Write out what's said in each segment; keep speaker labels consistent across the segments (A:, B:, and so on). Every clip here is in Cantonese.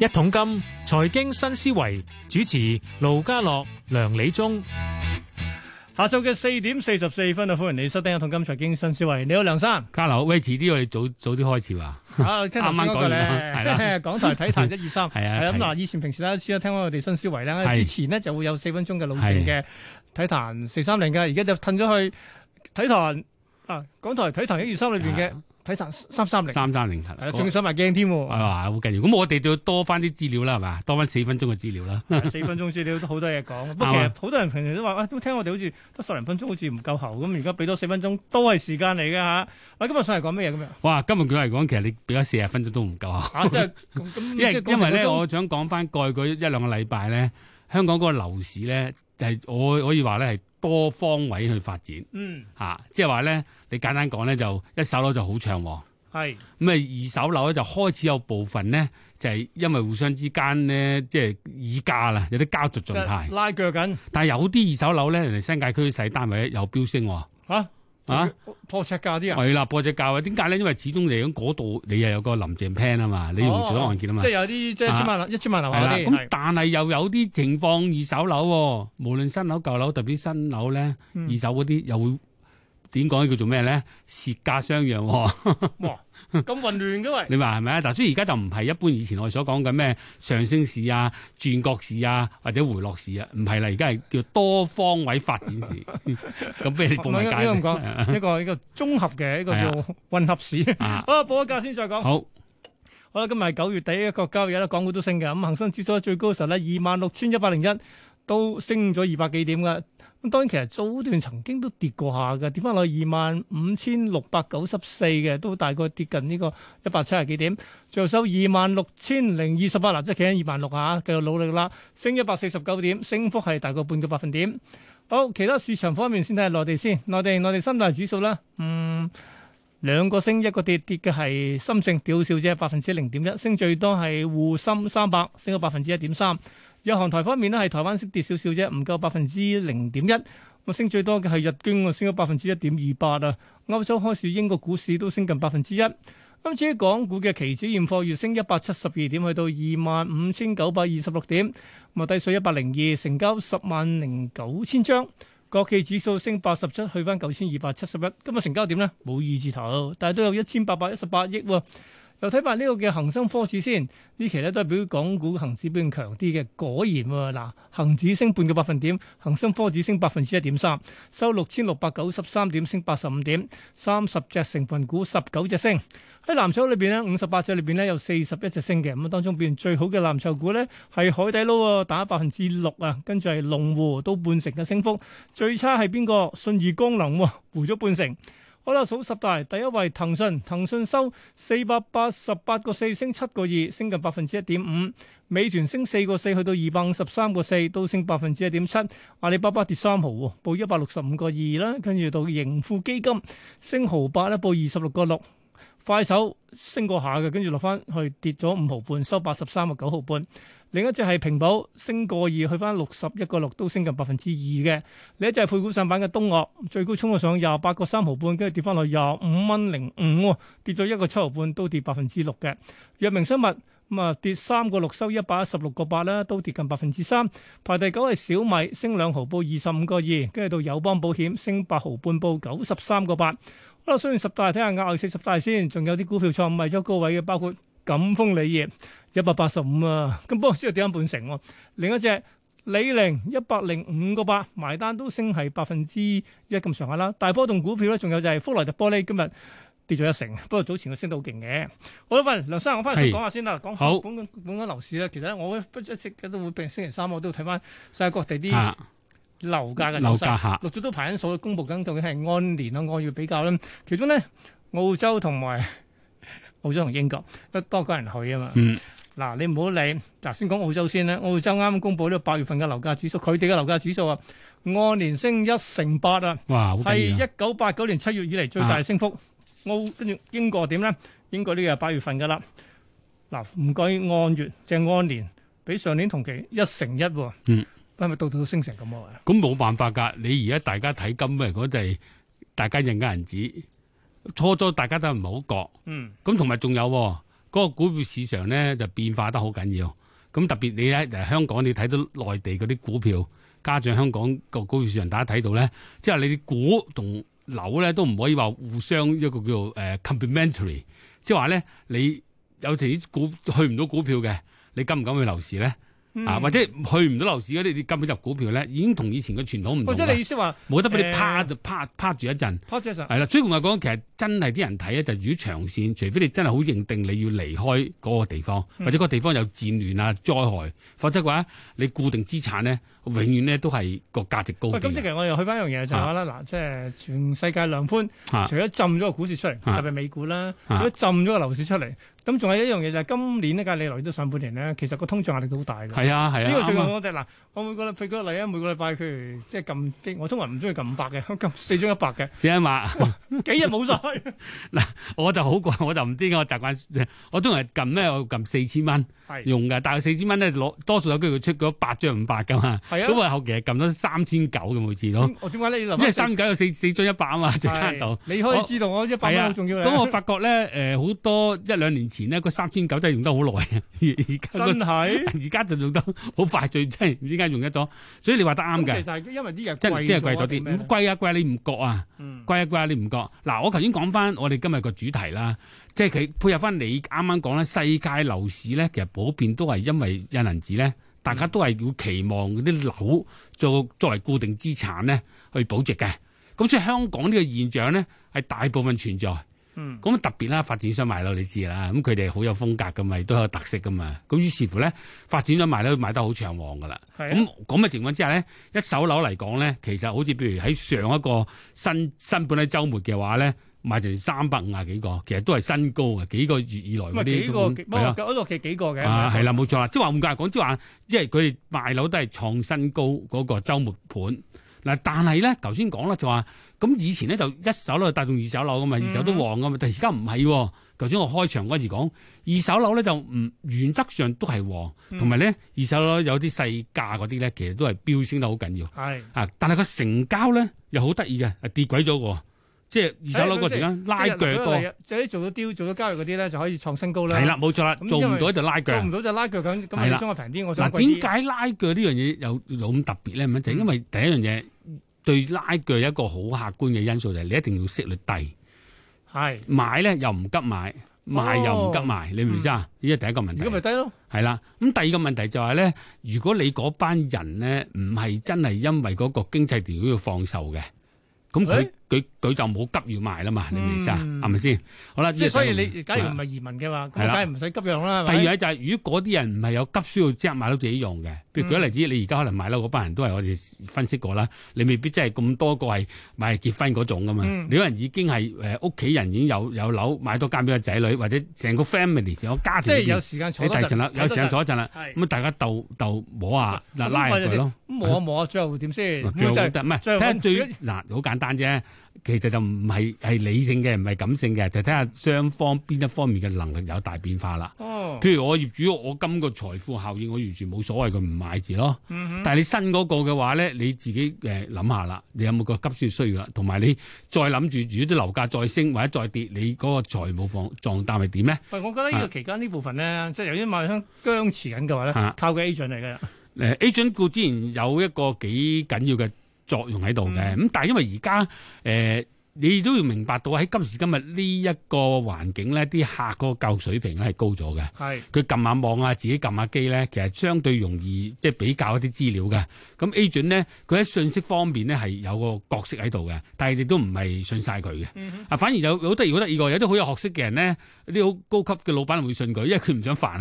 A: 一桶金財經新思維主持盧家樂、梁理中。
B: 下晝嘅四點四十四分啊，歡迎你收聽《一桶金財經新思維》。你好， 梁生。
C: 卡樓，喂，遲啲我哋早早啲開始話。
B: 啊，聽頭先嗰個咧，
C: 啱啱講完 啦
B: 港台體壇 一二三，
C: 係啊
B: 係咁
C: 係
B: 嗱，以前平時大家知啦，聽開我哋新思維啦，
C: 係
B: 之前呢就會有四分鐘嘅路程嘅體壇四三零嘅，而家就褪咗去體壇啊，港台體壇一二三裏邊嘅體壇三三零，係啊
C: 三三零係
B: 啦，仲要上埋鏡添喎，
C: 啊，好緊要。咁我哋都要多翻啲資料啦，係嘛？多翻四分鐘嘅資 料啦。
B: 四分鐘資料都好多嘢講。不過
C: 啱
B: 其
C: 啊
B: 實好多人平時都話，喂，都聽我哋好似得十零分鐘，好似唔夠喉咁。而家俾多四分鐘都係時間嚟嘅嚇。喂，今日上嚟講咩嘢咁樣？
C: 哇，今日佢嚟講，其實你俾咗四十分鐘都唔夠啊。
B: 啊，即係咁咁，
C: 因為
B: 即係講
C: 因為
B: 成
C: 咧，
B: 個鐘
C: 我想講翻過去嗰一兩個禮拜咧，香港嗰個樓市咧，係我可以話咧係多方位去發展
B: 嗯
C: 嚇、啊即係話咧，你簡單講咧就一手樓就好暢旺。
B: 係
C: 咁啊，二手樓咧就開始有部分咧，就係、因為互相之間咧，即係議價啦，有啲交逐
B: 即
C: 狀態
B: 係。拉腳緊
C: 但係有啲二手樓咧，人哋新界區細單位有飆升喎，
B: 嚇
C: 啊，
B: 破尺價啲人。
C: 係啦，破隻價啊！點解咧？因為始終嚟講嗰度你又有個林鄭 plan 啊嘛，你用咗按揭啊嘛
B: 哦即，係有啲即係一千萬樓、一千萬樓
C: 係
B: 下
C: 啦。
B: 啲，
C: 咁
B: 係
C: 但係又有啲情況二手樓喎，無論新樓舊樓，特別新樓咧，
B: 嗯
C: 二手嗰啲又會點講叫做咩咧？蝕價相 讓喎。
B: 哇咁混亂嘅 喂，
C: 你話係咪啊？嗱，所以而家就唔係一般以前我哋所講嘅咩上升市啊、轉角市啊或者回落市啊，唔係啦，而家係叫多方位發展 市。咁俾你報
B: 唔
C: 埋
B: 應該
C: 價
B: 咁講，一個一個綜合嘅一個
C: 係啊
B: 叫混合市。
C: 啊！
B: 好啦，報咗價先再講。
C: 好，
B: 好啦，今日係九月第一個交易日啦，港股都升嘅。咁恒生指數最高嘅時候咧，二萬六千一百零一，都升咗二百幾點嘅。咁當然其實早段曾經都跌過下嘅，跌翻落去二萬五千六百九十四嘅，都大概跌近呢個一百七十幾點。最後收二萬六千零二十八，嗱，即係企喺二萬六啊，繼續努力啦，升一百四十九點，升幅係大概半個百分點。好，其他市場方面先睇下內地先，內地內地三大指數啦，嗯。兩個升一個跌，跌嘅係深證屌少啫，百分之零點一，升最多係滬深三百，升咗百分之一點三。日韓台方面呢，係台灣升跌少少啫，唔夠百分之零點一。咁啊升最多嘅係日經喎，升咗百分之一點二八啊。歐洲開市，英國股市都升近百分之一。咁至於港股嘅期指現貨，月升一百七十二點，去到二萬五千九百二十六點，咁啊低水一百零二，成交十萬零九千張。國企指數升八十七，去翻九千二百七十一。今日成交點呢？冇二字頭，但係都有一千八百一十八億喎。又睇埋呢個嘅恒生科指先，呢期咧都係表港股恒指表現強啲嘅，果然喎嗱，恒指升半個百分點，恒生科指升百分之一點三，收六千六百九十三點，升八十五點，三十隻成分股十九隻升。喺藍籌裏邊咧，五十八隻裏邊咧有四十一隻升嘅，咁啊當中表現最好嘅藍籌股咧係海底撈喎，打百分之六啊，跟住係龍湖都半成嘅升幅，最差係邊個？信義光能喎，回咗半成。好啦，數十大第一位騰訊，騰訊收四百八十八個四，升七個二，升近百分之一點五。美團升四個四，去到二百五十三個四，都升百分之一點七。阿里巴巴跌三毫喎，報一百六十五個二啦。跟住到盈富基金升毫八咧，報二十六個六。快手升過下嘅，跟住落翻去跌咗五毫半，收八十三個九毫半。另一隻係平保，升過二，去翻六十一個六，都升近百分之二嘅。另一隻係配股上版嘅東嶽，最高衝咗上廿八個三毫半，跟住跌翻落廿五蚊零五，跌咗一個七毫半，都跌百分之六嘅。藥明生物咁啊跌三個六，收一百一十六個八啦，都跌近百分之三。排第九係小米，升兩毫報二十五個二，跟住到友邦保險升八毫半報九十三個八。好啦，雖然十大睇下額外四十大先，仲有啲股票創賣咗高位嘅，包括錦豐鋰業一百八十五啊，咁不過只係跌緊半成喎。另一隻李寧一百零五個八，埋單都升係百分之一咁上下啦。大波動股票咧，仲有就係福萊特玻璃今日。跌咗一成，不過早前佢升到好勁嘅。好啦，喂，梁生，我翻嚟
C: 係
B: 講下先啦，講
C: 好
B: 講緊講緊樓市咧，其實我一直都會星期三我都睇翻世界各地啲
C: 啊，
B: 樓價嘅走
C: 樓
B: 勢，
C: 價下
B: 陸續都排緊數，公佈緊究竟係按年啊按月比較咧。其中咧，澳洲同埋澳洲同 英國都多個人去啊嘛。
C: 嗯，
B: 嗱，你唔好理，嗱先講澳洲先啦。澳洲啱啱公佈呢個八月份嘅樓價指數，佢哋嘅樓價指數啊，按年升一成八啊，
C: 哇，好緊要
B: 係
C: 啊
B: 一九八九年七月以嚟最大升幅。澳跟住英國點咧？英國呢個係八月份嘅啦。嗱，唔計按月，淨係按年，比上年同期一成一喎。
C: 嗯，
B: 係咪到到升成咁啊？
C: 咁冇辦法㗎。你而家大家睇金嚟講就係大家印緊銀紙，初初大家都唔係好覺。
B: 嗯。
C: 咁同埋仲有喎嗰個股票市場咧就變化得好緊要。咁特別你喺香港，你睇到內地嗰啲股票，加上香港個股票市場，大家睇到咧，即係你啲股同樓咧都唔可以話互相一個叫做誒 complementary，即係話咧你有時啲股去唔到股票嘅，你敢唔敢去樓市咧？
B: 嗯
C: 啊，或者去唔到樓市嗰啲，你根本入股票咧，已經同以前嘅傳統唔
B: 或
C: 同
B: 者哦你呃
C: 嘅
B: 意思話
C: 冇得俾你
B: 誒
C: 趴就趴趴住一陣。
B: p o j e c t
C: 係啦，所以我講，其實真係啲人睇咧，就如果長線，除非你真係好認定你要離開嗰個地方，
B: 嗯
C: 或者嗰個地方有戰亂啊、災害，否則嘅話，你固定資產咧，永遠咧都係個價值高
B: 喂，
C: 啲
B: 咁即係
C: 嘅。
B: 其實我又去翻一樣嘢就係話啦，嗱，即係全世界量寬，
C: 啊
B: 除咗浸咗個股市出嚟，
C: 啊
B: 特別美股啦，除
C: 啊
B: 咗浸咗個樓市出嚟，咁仲有一樣嘢就係今年呢，梗係你留意到上半年咧，其實個通脹壓力都好大嘅。
C: 係啊，係
B: 呢個
C: 啊，
B: 最近
C: 啱啊，
B: 我哋嗱，我每個禮譬如舉個例啊，每個禮拜譬如即係撳啲，我通常唔中意撳五百嘅， 撳四張一百 嘅，
C: 只係話。
B: 幾日冇晒。
C: 我就好怪，我就唔知我習慣，我通常撳咩？我撳四千蚊
B: 係
C: 用嘅，但係四千蚊咧攞多數有機會出咗八張五百噶嘛，
B: 係啊
C: 咁我後期係撳咗三千九嘅每次咯，
B: 咁啊我點解咧？你
C: 因為三九有四四張一百啊嘛，最差到。
B: 係你可以知道我一百
C: 係
B: 蚊
C: 啊
B: 好重要嘅。
C: 咁我發覺咧，誒好多一兩年前咧，個三千九真係用得好耐啊，而而家
B: 真
C: 個
B: 係
C: 而家就用得好快，最真係唔知點解用得多，所以你話得啱
B: 咁
C: 嘅
B: 其，實係因為啲嘢
C: 真係真係貴
B: 咗
C: 咗
B: 定咩
C: 啲，
B: 咧
C: 貴啊貴啊你唔覺啊？
B: 嗯
C: 貴啊貴啊！你唔覺？嗱，我頭先講翻我哋今日個主題啦，即係佢配合翻你啱啱講咧，世界樓市咧，其實普遍都係因為印銀紙咧，大家都係要期望嗰啲樓作作為固定資產咧去保值嘅。咁所以香港呢個現象咧係大部分存在。
B: 嗯
C: 咁特別啦，發展商賣樓你知啦，咁佢哋好有風格噶嘛，亦都有特色噶嘛。咁於是乎咧，發展商賣樓賣得好暢旺噶啦。
B: 係啊
C: 咁咁嘅情況之下咧，一手樓嚟講咧，其實好似譬如喺上一個新新盤喺週末嘅話咧，賣成三百五廿幾個，其實都係新高嘅，幾個月以來
B: 咁
C: 嗰
B: 啊
C: 啲
B: 幾個
C: 新
B: 幾，不過
C: 盤係啊
B: 嗰度其實幾個嘅。
C: 啊，係啦，冇錯啦，即係話換句話講，即係話，因為佢哋賣樓都係創新高嗰個週末盤。嗱，但係咧，頭先講啦，就話咁以前咧就一手樓帶動二手樓噶嘛，
B: 嗯
C: 二手都旺噶嘛，但係而家唔係喎。頭先我開場嗰陣時講，二手樓咧就唔原則上都係旺，
B: 嗯
C: 同埋咧二手樓有啲細價嗰啲咧，其實都係飆升得好緊要
B: 係。
C: 啊。但係個成交咧又好得意嘅，啊係跌鬼咗喎，即係二手樓嗰時間拉腳多，
B: 即係做咗雕、做咗交易嗰啲咧，就可以創新高啦。
C: 係啦，冇錯啦，
B: 咁
C: 做
B: 因
C: 唔
B: 為
C: 到就拉腳
B: 做。唔到就拉腳咁，咁
C: 係啦
B: 你將我平啲，我想貴
C: 嗱，
B: 啲。
C: 點解拉鋸呢樣嘢有有咁特別咧？咪就係
B: 嗯
C: 因為第一樣嘢對拉鋸有一個好客觀嘅因素就係你一定要息率低，
B: 係
C: 買咧又唔急買，賣又唔急賣，你明唔明先啊？呢個第一個問
B: 如果咪
C: 題
B: 低咯，
C: 係啦。咁第二個問題就係咧，如果你嗰班人咧唔係真係因為嗰個經濟條件要放售嘅，咁佢佢佢就冇急要賣啦嘛，你明唔明先啊？
B: 嗯
C: 係咪先？好啦，呢
B: 即係
C: 個
B: 所以
C: 第一個
B: 你假如唔係移民嘅話，咁
C: 係啦
B: 梗係唔使急讓啦。
C: 第
B: 係咪
C: 二樣就係、如果嗰啲人唔係有急需要即刻買到自己用嘅，譬如
B: 嗯
C: 舉個例子，你而家可能買樓嗰班人都係我哋分析過啦，你未必真係咁多個係買嚟結婚嗰種噶嘛，
B: 嗯
C: 你可能已經係誒屋企人已經有有樓買多間俾個仔女，或者成個 family 成個家
B: 即
C: 庭
B: 係
C: 裏邊
B: 有，時間坐
C: 你
B: 多
C: 第二
B: 陣
C: 層樓有時間。坐一陣啦，
B: 係
C: 咁大家鬥鬥摸下嗱
B: 咁
C: 拉入佢咯。
B: 咁摸一摸，最後點先？咁
C: 最好
B: 就係
C: 得唔係
B: 最
C: 睇
B: 後
C: 下
B: 咁
C: 最嗱好簡單啫，其實就唔係係理性嘅，唔係感性嘅，就睇下雙方邊一方面嘅能力有大變化啦。
B: 哦，
C: 譬如我業主，我今個財富效應，我完全冇所謂，佢唔買字咯。
B: 嗯哼
C: 但係你新嗰個嘅話咧，你自己誒諗下啦，你有冇個急切需要啦？同埋你再諗住，如果啲樓價再升或者再跌，你嗰個財務狀狀態係點咧？
B: 喂，我覺得呢個期間呢部分咧，即係由於賣商僵持緊嘅話咧
C: 啊，
B: 靠嘅 agent 嚟嘅。
C: 誒、agent 固之然有一個幾緊要嘅作用喺度嘅，咁、但係因為而家誒，你都要明白到喺今時今日呢一個環境咧，啲客嗰個教育水平咧係高咗嘅。
B: 係
C: 佢撳下網啊，自己撳下機咧，其實相對容易即係比較一啲資料嘅。咁 agent 咧，佢喺信息方面咧係有個角色喺度嘅，但係你都唔係信晒佢嘅。啊，反而有好得意好得意個，有啲好有學識嘅人咧，啲好高級嘅老闆會信佢，因為佢唔想煩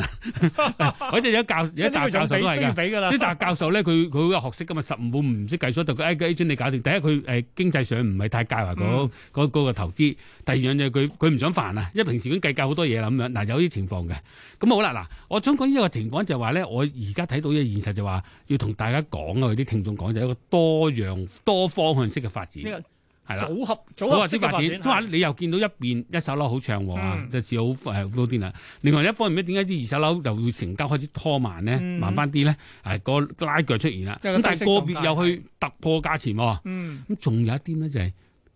C: 啊。 或者有啲教有啲大教授都係
B: 要
C: 㗎。
B: 俾㗎啦
C: 啲。大教授咧，佢佢好有學識噶嘛，十五本唔識計數，就佢誒 agent 你搞掂。第一佢誒、呃、經濟上唔係太介懷嗰
B: 嗯
C: 嗰嗰個投資，第二樣嘢佢佢唔想煩啊，因為平時已經計較好多嘢啦咁樣。嗱有啲情況嘅，咁好啦嗱，我想講呢個情況就係話咧，我而家睇到嘅現實就話要同大家講啊，佢啲聽眾講就係一個多樣多方向式嘅發展，
B: 呢個
C: 係啦。
B: 組合組
C: 好
B: 合
C: 或
B: 式
C: 者
B: 啊嘅發
C: 發展，
B: 展，嗯
C: 即係話你又見到一邊一手樓好暢旺啊，就市好誒高啲啦。另外一方面咧，點解啲二手樓就會成交開始拖慢咧，
B: 嗯
C: 慢翻啲咧？誒個拉腳出現啦。
B: 因為個
C: 咁但係個別又去突破價錢喎。
B: 嗯。
C: 咁仲有一啲咧就係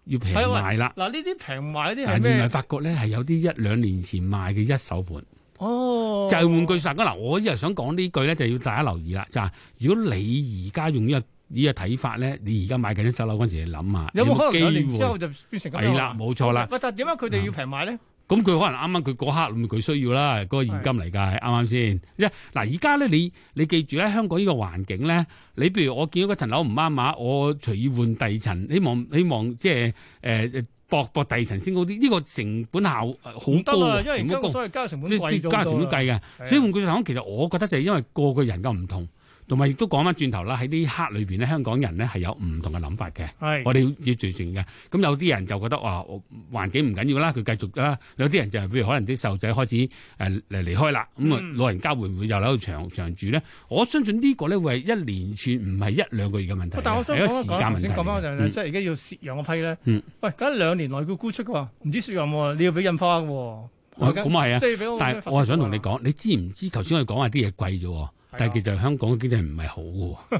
C: 要平賣啦。
B: 嗱，呢啲平賣呢啲啊係
C: 但係原來
B: 咩？
C: 發覺咧係有啲一兩年前賣嘅一手盤，
B: 哦
C: 就係換句實講嗱，我依家想講呢句咧，就要大家留意啦。就係如果你而家用呢、個呢、個睇法咧，你而家買緊啲手樓嗰陣時，你諗下
B: 有冇可能兩
C: 機
B: 年之後
C: 會？
B: 就變成咁樣啊
C: 係啦，冇錯啦。
B: 喂，但係點解佢哋要平買咧？
C: 咁佢可能啱啱佢嗰刻咪佢需要啦，嗰、個現金嚟㗎，係啱啱先？因為嗱，而家咧你你記住咧，香港呢個環境咧，你譬如我見到嗰層樓唔啱碼，我隨意換第二層，希望希望即係誒搏搏第二層先高啲，呢、個成本效好
B: 唔得
C: 高
B: 啦，
C: 啊，
B: 因為而家
C: 成本
B: 個
C: 高。
B: 所謂交易成本
C: 即係
B: 貴咗
C: 加全
B: 好多
C: 都
B: 啦。
C: 計嘅。
B: 係啊
C: 所以換句話講，其實我覺得就係因為個個人嘅唔同，同埋亦都講翻轉頭啦，喺呢一刻裏邊咧，香港人咧係有唔同嘅諗法嘅。
B: 係
C: 我哋要要最全嘅。咁有啲人就覺得話我環境唔緊要啦，佢繼續啦。有啲人就係譬如可能啲細路仔開始誒誒離開啦，咁啊
B: 嗯
C: 老人家會唔會又喺度長長住咧？我相信呢個咧會係一連串唔係一兩個月嘅問題
B: 但
C: 嚟嘅，
B: 我想
C: 係一個
B: 講
C: 時
B: 一
C: 間
B: 講頭
C: 問
B: 先講翻
C: 題嚟
B: 就
C: 嘅。
B: 係
C: 嗯
B: 即係而家要蝕讓嗰批咧。
C: 嗯
B: 喂，梗係兩年內佢沽出嘅喎，唔知蝕讓喎，你要俾印花嘅喎。
C: 我咁啊係啊
B: 即。係俾我
C: 但係我係想同你講，你知唔知頭先我哋講話啲嘢貴啫喎？
B: 啊
C: 但係其實香港嘅經濟唔係好 嘅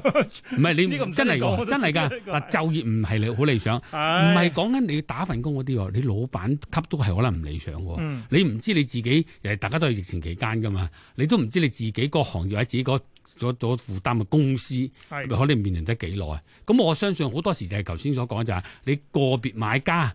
C: 喎，唔係
B: 呢個唔使
C: 你真係
B: 你講我
C: 㗎，
B: 都
C: 真係㗎
B: 知呢個係
C: 嗱，就業唔係你好理想，唔
B: 唔
C: 係講緊你打份工嗰啲喎，你老闆級都係可能唔理想嘅喎。
B: 嗯
C: 你唔知你自己誒，大家都係疫情期間㗎嘛，你都唔知你自己個行業或者自己嗰所所負擔嘅公司
B: 係
C: 可能面臨得幾耐。咁我相信好多時就係頭先所講就係你個別買家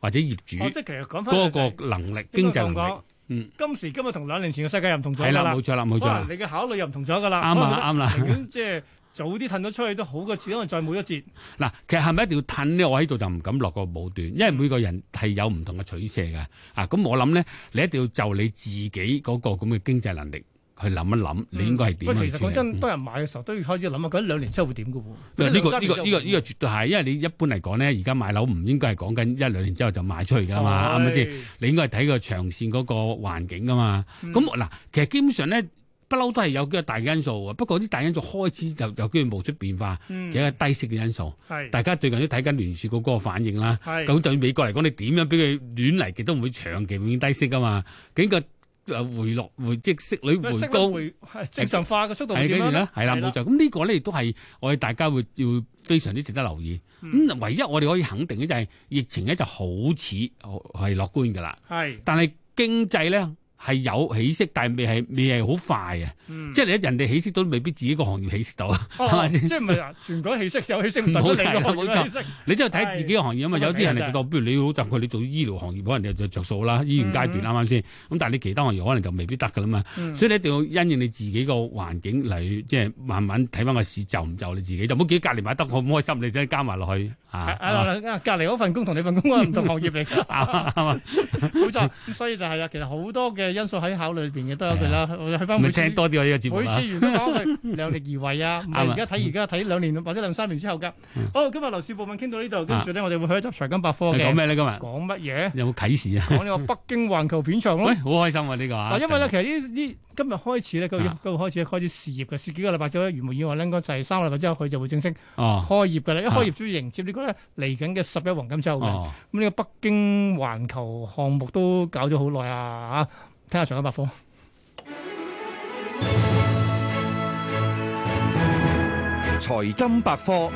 C: 或者業主
B: 哦即係其實講翻
C: 嗰個能力、經濟能力，嗯
B: 今時今日同兩年前嘅世界又唔同咗
C: 係
B: 㗎
C: 啦，
B: 啦
C: 冇，錯啦，冇錯
B: 可
C: 啦
B: 能。你嘅考慮又唔同咗㗎啦。
C: 啱
B: 可能
C: 啊，啱啦。
B: 寧願即係早啲褪咗出去都好過，只可能再每一節。
C: 嗱，其實係咪一定要褪呢？我喺度就唔敢落個武斷，因為每個人係有唔同嘅取捨嘅。啊，咁我諗咧，你一定要就你自己嗰個咁嘅經濟能力去諗一諗，你應該係點
B: 喂
C: 去
B: 其實
C: 處
B: 講
C: 理
B: 真，
C: 嗯
B: 多人買嘅時候都要開始諗啊，究竟兩年之後會點㗎喎？
C: 呢個
B: 兩三
C: 呢
B: 年
C: 個
B: 之後
C: 呢個呢個絕對係，因為你一般嚟講咧，而家買樓唔應該係講緊一兩年之後就賣出去㗎嘛，啱唔啱先？
B: 哦係？
C: 你應該係睇個長線嗰個環境㗎嘛。
B: 嗯
C: 咁嗱、其實基本上咧，不嬲都係有幾個大因素啊嘅，不過啲大因素開始就有機會冒出變化，
B: 嗯
C: 有一個低息嘅因素，
B: 係嗯
C: 大家最近都睇緊聯儲局嗰個反應啦。
B: 係
C: 咁對美國嚟講，你點樣俾佢亂嚟，亦都唔會長期永遠低息噶嘛。究竟個誒回落回即息
B: 喂
C: 率
B: 息
C: 回
B: 率
C: 高，
B: 回係正常化嘅速度
C: 係
B: 係
C: 跟
B: 點
C: 住
B: 樣咧？
C: 咧，係啦
B: 係啦
C: 冇錯。咁呢個咧亦都係我哋大家會要非常之值得留意。
B: 嗯
C: 咁唯一我哋可以肯定嘅就係疫情咧就好似哦係樂觀㗎啦，
B: 係，
C: 但係經濟咧。係有起色，但係未係未係好快嘅，
B: 嗯
C: 即係你人哋起色到，未必自己個行業起色到，啊
B: 哦
C: 係咪先
B: 即係唔係啊？全港氣息有氣息，唔
C: 唔
B: 代表
C: 好
B: 你
C: 提啦
B: 個行業
C: 冇錯
B: 有氣息。
C: 你都要睇自己嘅行業啊嘛，
B: 係
C: 有啲人
B: 咁啊
C: 嚟講，譬如你好但佢你做醫療行業，可能你就着數啦，醫院階段
B: 嗯
C: 啱啱先？咁但係你其他行業可能就未必得噶啦嘛，
B: 嗯
C: 所以你一定要因應你自己個環境嚟，即係慢慢睇翻個市就唔就你自己，就唔好見隔離買得好唔開心，你真係加埋落去
B: 啊
C: 啊！
B: 啊！啊隔離嗰份工同你份工啊，唔同行業 嚟㗎，啊冇錯。咁所以就係啦，其實好多嘅因素喺考慮裏邊嘅都有佢啦。我哋去翻
C: 咪
B: 每次，
C: 聽多啲我呢個節目啊
B: 每次完
C: 啦，
B: 都考 慮量力而為啊。唔
C: 啱
B: 係
C: 啊
B: 而家睇，而家睇兩年或者兩三年之後㗎。好，今日樓市部分傾到呢度，跟住咧我哋會去一集財金百科
C: 你
B: 嘅
C: 講。咩咧今日？
B: 講乜嘢？
C: 有冇啟示啊？
B: 講呢個北京環球片場咯
C: 喂，。好開心啊呢個啊！
B: 嗱，因為咧，其實呢呢今日開始咧，九月
C: 啊
B: 九號開始開始試業嘅，試幾個禮拜之後咧，如無意外咧，應該就係三個禮拜之後佢就會正式
C: 哦
B: 開業嘅啦。一
C: 啊
B: 開業主要迎接呢個咧嚟緊嘅十一黃金周嘅。
C: 哦，
B: 咁呢個北京環球項目都搞咗好耐啊！睇下財金百科。
D: 財金百科。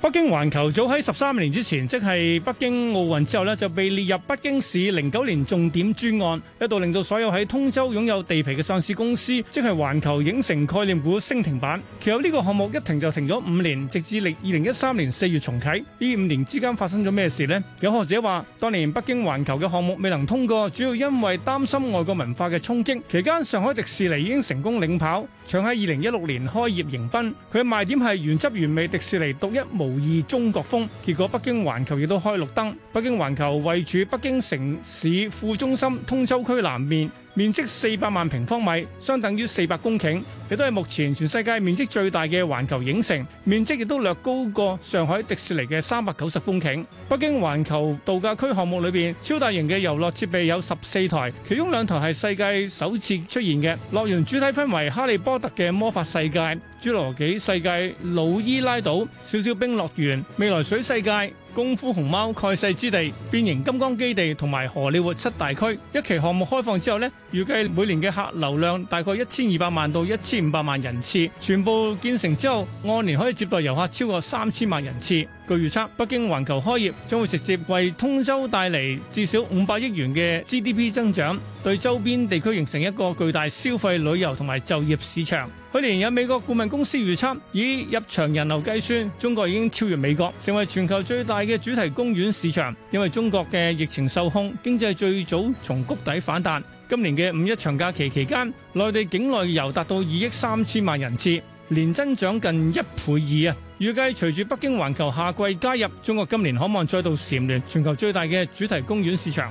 B: 北京環球早喺十三年之前，即係北京奧運之後呢，就被列入北京市零九年重點專案，一度令到所有喺通州擁有地皮嘅上市公司，即係環球影城概念股升停板。其後呢個項目一停就停咗五年，直至零二零一三年四月重啟。呢五年之間發生咗咩事呢？有學者話，當年北京環球嘅項目未能通過，主要因為擔心外國文化嘅衝擊。期間，上海迪士尼已經成功領跑，搶喺二零一六年開業迎賓。佢嘅賣點係原汁原味迪士尼獨一無二中國風。結果北京環球亦都開綠燈。北京環球位處北京城市副中心通州區南面。面積四百萬平方米，相等於四百公頃，亦都係目前全世界面積最大嘅環球影城，面積亦都略高過上海迪士尼嘅三百九十公頃。北京環球度假區項目裏邊，超大型嘅遊樂設備有十四台，其中兩台係世界首次出現嘅。樂園主體分為哈利波特嘅魔法世界、侏羅紀世界、老伊拉島、小小兵樂園、未來水世界。功夫熊貓蓋世之地、變形金剛基地同埋荷里活七大區，一期項目開放之後呢，預計每年嘅客流量大概一千二百萬到一千五百萬人次，全部建成之後，按年可以接待遊客超過三千萬人次。據預測，北京環球開業將會直接為通州帶嚟至少五百億元嘅 GDP 增長，對周邊地區形成一個巨大消費、旅遊同埋就業市場。去年有美國顧問公司預測，以入場人流計算，中國已經超越美國，成為全球最大嘅主題公園市場。因為中國嘅疫情受控，經濟最早從谷底反彈。今年嘅五一長假期期間，內地境內遊達到二億三千萬人次。年增長近一倍二啊！預計隨住北京環球夏季加入，中國今年可望再度蟬聯全球最大嘅主題公園市場。